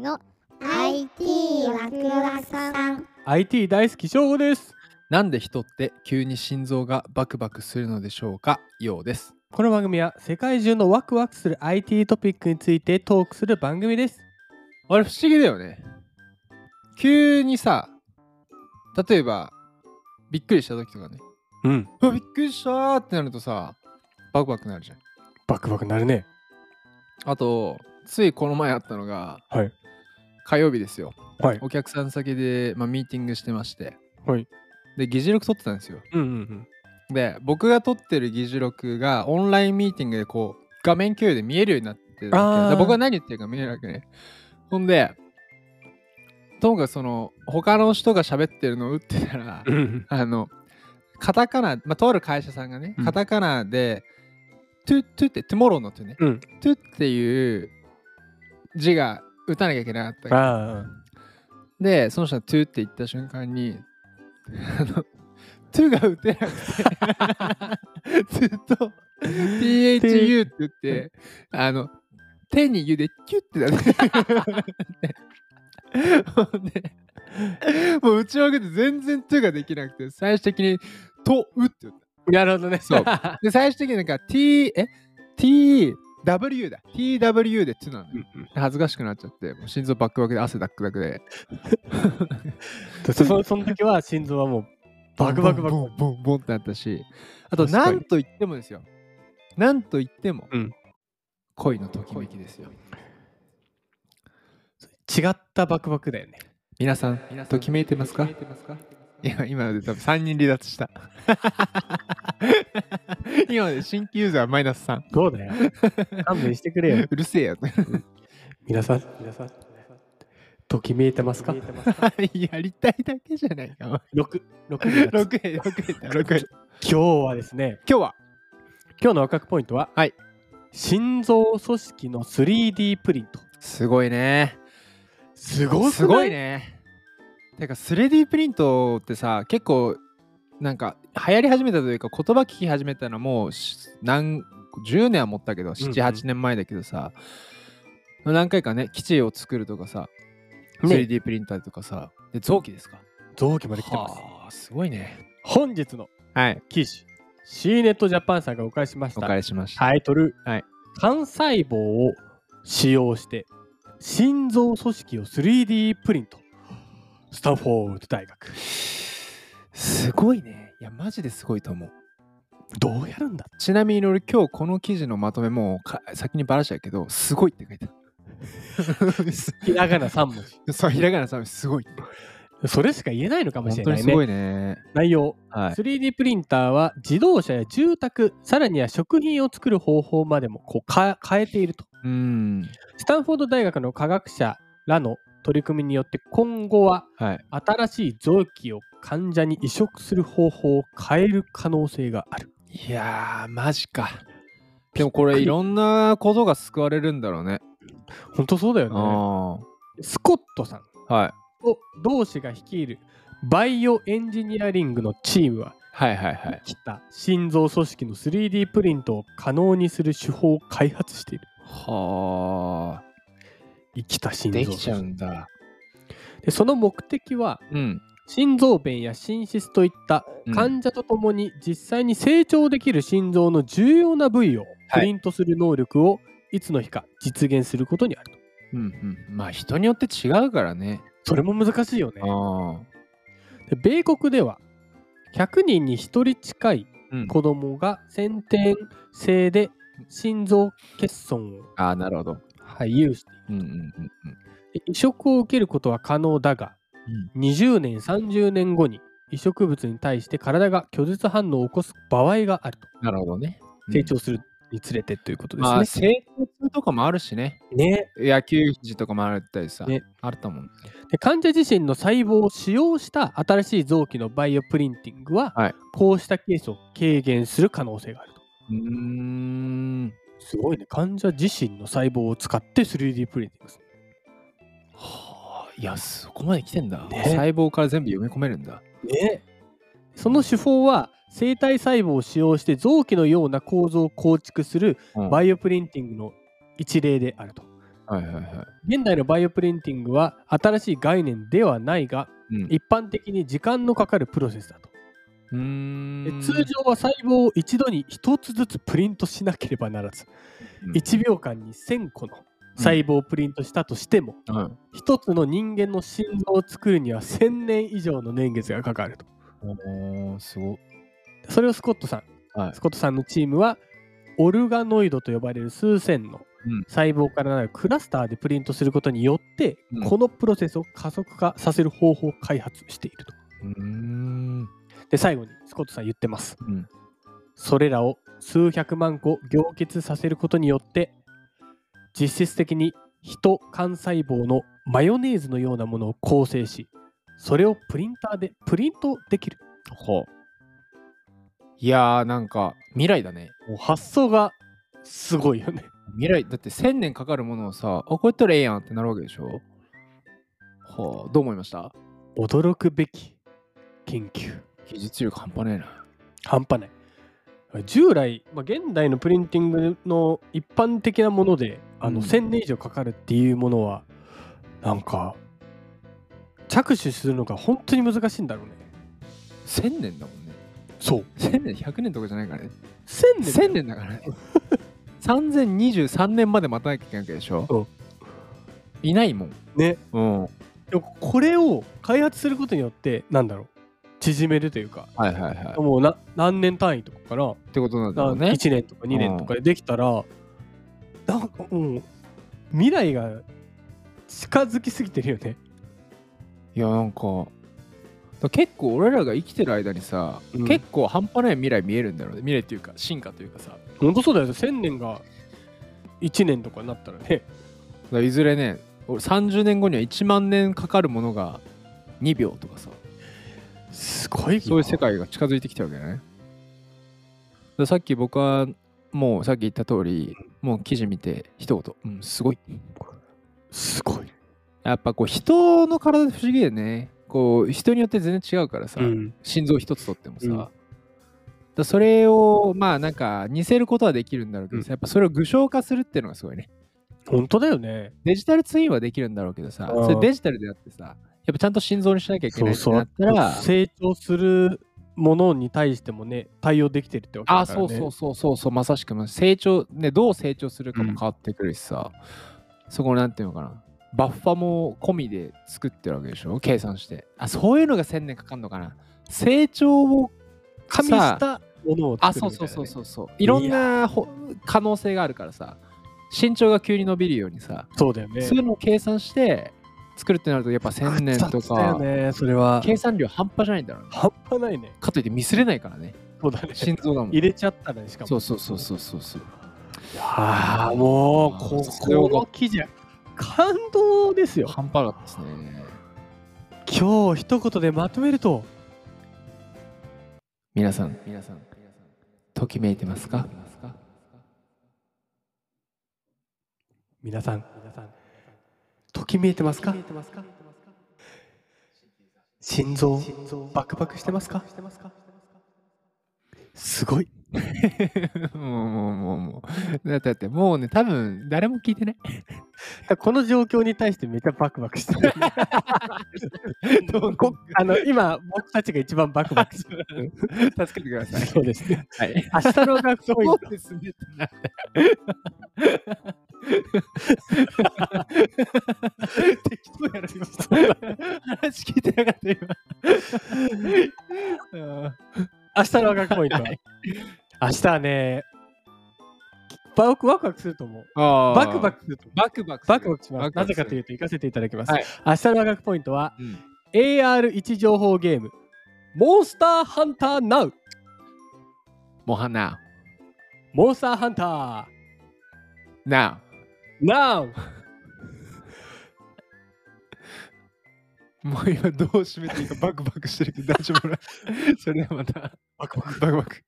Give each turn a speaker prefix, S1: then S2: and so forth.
S1: の IT ワクワクさん
S2: IT 大好き翔吾です
S3: なんで人って急に心臓がバクバクするのでしょうかようです
S2: この番組は世界中のワクワクする IT トピックについてトークする番組です
S3: あれ不思議だよね急にさ例えばびっくりした時とかね
S2: うん
S3: うわびっくりしたーってなるとさバクバクなるじゃん
S2: バクバクなるね
S3: あとついこの前あったのが、
S2: はい
S3: 火曜日ですよ
S2: はい
S3: お客さん先で、まあ、ミーティングしてまして
S2: はい
S3: で議事録取ってたんですよ
S2: うんうん
S3: で僕が撮ってる議事録がオンラインミーティングでこう画面共有で見えるようになってるわけ
S2: あー
S3: で僕が何言ってるか見えるわけねほんでともかくその他の人が喋ってるのを打ってたら
S2: うんうん
S3: あのカタカナ、まあ、とある会社さんがね
S2: うん
S3: カタカナで「トゥトゥ」って「トゥモロー」の「トゥ」ね
S2: うん
S3: 「トゥ」っていう字が打たなきゃいけなかったわ
S2: あ
S3: けで、その人がトゥって言った瞬間に、あの、トゥが打てなくて、ずっと THU って言って、あの、手に湯でキュッてなって。ほんで、もう打ち分けて全然トゥができなくて、最終的にトゥって言った。
S2: あなるほどね
S3: そうで、最終的になんか T、え ?TW だ。TW でトゥなのよ。
S2: うんうん
S3: 恥ずかしくなっちゃって、もう心臓バックバックで汗ダックダックで。
S2: そそその時は心臓はもうバクバクバク
S3: ボンボンボンボンってなったしあと
S2: 確か
S3: な
S2: に
S3: んと言ってもですよなんと言っても、
S2: うん
S3: 恋のときめきですよ
S2: 違ったバクバクだよね
S3: 皆さんときめいてますかいや今ので多分3人離脱 した今ので新規ユーザーマイナス3
S2: どうだ よ勘弁してくれよ
S3: うるせえよ
S2: 皆さん皆さんときめいてますか
S3: やりたいだけじゃないか
S2: 六 六
S3: 6
S2: 今
S3: 円6円6円
S2: 日はですね
S3: 今日は
S2: 今日のワクワクポイントは、
S3: はい
S2: 心臓組織の 3D プリント
S3: すごいね
S2: す
S3: すごいねてか 3D プリントってさ結構なんか流行り始めたというか言葉聞き始めたのはもうし何10年は持ったけど78年前だけどさ、何回かね基地を作るとかさ、
S2: ね
S3: 3D プリンターとかさで臓器ですか
S2: 臓器まで来てます
S3: はあすごいね
S2: 本日の
S3: はい
S2: 記事 C ネットジャパンさんがお返ししまし
S3: お
S2: た
S3: 借りしました、
S2: タイトル、
S3: はい
S2: 幹細胞を使用して心臓組織を 3D プリントスタンフォード大学
S3: すごいねいやマジですごいと思う
S2: どうやるんだ
S3: ちなみに俺今日この記事のまとめもうか先にばらしちゃうけどすごいって書い てある
S2: ひらがな3文字
S3: そう、ひらがなさんすごい。
S2: それしか言えないのかもしれ
S3: 本当
S2: な
S3: に
S2: い
S3: す
S2: ね
S3: ごいね。
S2: 内容
S3: はい。
S2: 3D プリンターは自動車や住宅さらには食品を作る方法までもこうか変えていると
S3: うん。
S2: スタンフォード大学の科学者らの取り組みによって今後は
S3: はい。
S2: 新しい臓器を患者に移植する方法を変える可能性がある
S3: いやー、マジか。でもこれいろんなことが救われるんだろうね。
S2: 本当そうだよね
S3: あ
S2: スコットさん
S3: あ。はい。
S2: と同志が率いるバイオエンジニアリングのチームは
S3: はいはいは
S2: 生
S3: い。
S2: きた心臓組織の 3D プリントを可能にする手法を開発している
S3: はあ。
S2: 生きた心臓
S3: で
S2: 組織
S3: きちゃうんだ。
S2: でその目的は
S3: うん。
S2: 心臓弁や心室といった
S3: うん
S2: 患者とともに実際に成長できる心臓の重要な部位をプ
S3: はい
S2: リントする能力をいつの日か実現することにあると、
S3: うんうん。まあ人によって違うからね。
S2: それも難しいよね
S3: ああ。
S2: で米国では100人に1人近い
S3: うん
S2: 子供が先天性で心臓欠損を
S3: ああ、なるほど。
S2: はい有している
S3: うんうんうん
S2: 移植を受けることは可能だが、20年30年後に移植物に対して体が拒絶反応を起こす場合があると
S3: うん。なるほどね。
S2: 成長するにつれてということですね。
S3: まあ成長痛とかもあるしね。
S2: ね
S3: 野球肘とかもあったりさ。
S2: ね
S3: あると思う。
S2: で患者自身の細胞を使用した新しい臓器のバイオプリンティングは、
S3: はい
S2: こうしたケースを軽減する可能性があると。
S3: うーん。
S2: すごいね。患者自身の細胞を使って 3D プリンティングする。
S3: はあ、いや、そこまで来てんだ。
S2: ね
S3: 細胞から全部読み込めるんだ。
S2: ね、その手法は生体細胞を使用して臓器のような構造を構築する
S3: うん
S2: バイオプリンティングの一例であると。
S3: あはいはいはい。
S2: 現代のバイオプリンティングは新しい概念ではないが
S3: うん
S2: 一般的に時間のかかるプロセスだと
S3: う
S2: で
S3: ーん
S2: 通常は細胞を一度に一つずつプリントしなければならず
S3: うん
S2: 1秒間に1000個の細胞をプリントしたとしても
S3: はい
S2: 一つの人間の心臓を作るには1000年以上の年月がかかると
S3: おーすごい。
S2: それをスコットさん
S3: はい
S2: スコットさんのチームはオルガノイドと呼ばれる数千の
S3: うん
S2: 細胞からなるクラスターでプリントすることによって、
S3: うん
S2: このプロセスを加速化させる方法を開発していると。
S3: うーん。
S2: で最後にスコットさん言ってます。
S3: うん
S2: それらを数百万個凝結させることによって実質的に人幹細胞のマヨネーズのようなものを構成しそれをプリンターでプリントできる
S3: ほう。いやーなんか未来だね。
S2: もう発想がすごいよね。
S3: 未来だって1000年かかるものをさ、あこうやったらええやんってなるわけでしょはあ、どう思いました
S2: 驚くべき研究
S3: 技術力半端ねえな。
S2: 半端ない従来、まあ、現代のプリンティングの一般的なものであの
S3: うん
S2: 1000年以上かかるっていうものは、なんか着手するのが本当に難しいんだろうね
S3: 1000年だもんね。
S2: そう
S3: 1000年、100年とかじゃないからね。
S2: 1000年
S3: 1000年だからね。3023年まで待たなきゃいけないわけでしょ
S2: そう
S3: いないもん。
S2: ね
S3: うん。は
S2: でもこれを開発することによってなんだろう縮めるというか
S3: いはいはい。
S2: もうな何年単位とかから
S3: ってことなんだろうね。
S2: 1年とか2年とかでできたら、なんかもう未来が近づきすぎてるよね。
S3: いやなんかだ結構俺らが生きてる間にさ、
S2: うん
S3: 結構半端ない未来見えるんだろうね未来っていうか進化というかさだか
S2: 本当そうだよ1000年が1年とかになったらね
S3: らいずれね俺30年後には1万年かかるものが2秒とかさ
S2: すごい
S3: そういう世界が近づいてきたわけだねだからさっき僕はもうさっき言った通りもう記事見て一言、うん、すごい
S2: すごい、
S3: やっぱこう人の体って不思議でねこう人によって全然違うからさ、
S2: うん、
S3: 心臓一つとってもさ、
S2: うん
S3: だからそれをまあなんか似せることはできるんだろうけど
S2: う
S3: さ、
S2: ん
S3: やっぱそれを具象化するっていうのがすごいね
S2: 本当だよね
S3: デジタルツインはできるんだろうけどさ
S2: うん
S3: それデジタルであってさやっぱちゃんと心臓にしなきゃいけないってなったら
S2: 成長するものに対してもね対応できてるってわけ
S3: あ
S2: だ
S3: あ
S2: から、ね
S3: そ、うそうそうそうそうまさしくまさしく成長ねどう成長するかも変わってくるしさ、そこのなんていうのかなバッファも込みで作ってるわけでしょ計算してあそういうのが1000年かかるのかな成長を
S2: 加味したものを
S3: あ
S2: 作
S3: そ
S2: る
S3: う
S2: みた
S3: そ
S2: いうなね
S3: そうそうそういろんなほ可能性があるからさ身長が急に伸びるようにさ、
S2: そうだよね
S3: そういうのを計算して作るってなるとやっぱ1000年と
S2: 複雑だよ
S3: か、
S2: ねそれは
S3: 計算量半端じゃないんだろうね
S2: 半端ないね
S3: かといってミスれないからね
S2: そうだね
S3: 心臓だもん
S2: 入れちゃったねしかも
S3: そうそうそうそうそうそう
S2: ああもう
S3: あー
S2: こ
S3: さすが
S2: この記事感動ですよ
S3: 半端なかったですね
S2: 今日一言でまとめると
S3: 皆さん皆さんときめいてますか
S2: 皆さんときめいてますか心臓バクバクしてますかすごい
S3: もうもうもうもうだってだってもうね多分誰も聞いてない
S2: この状況に対してめちゃバクバクしてる
S3: どう
S2: こ あの今僕たちが一番バクバクしてる
S3: 助けてください
S2: そうですね
S3: はい
S2: 明日の学校
S3: そ
S2: 行
S3: うですねってな適当やられました。話聞いてなかった今。あ
S2: 明日の学校行く明日はねバクワクワクすると思う
S3: あ
S2: バクバクすると思う
S3: バクバク
S2: バクバクします。なぜかといううと、行かせていただきます。
S3: はい
S2: 明日の科学ポイントは、
S3: と、
S2: AR1 情報ゲーム、モンスターハンターナウ
S3: モハナ
S2: モンスターハンタ
S3: ウナ
S2: ーナウ
S3: ウ もう今どう締めていいかバクバクしてるけど大丈夫なそれではまたバクバクバクバク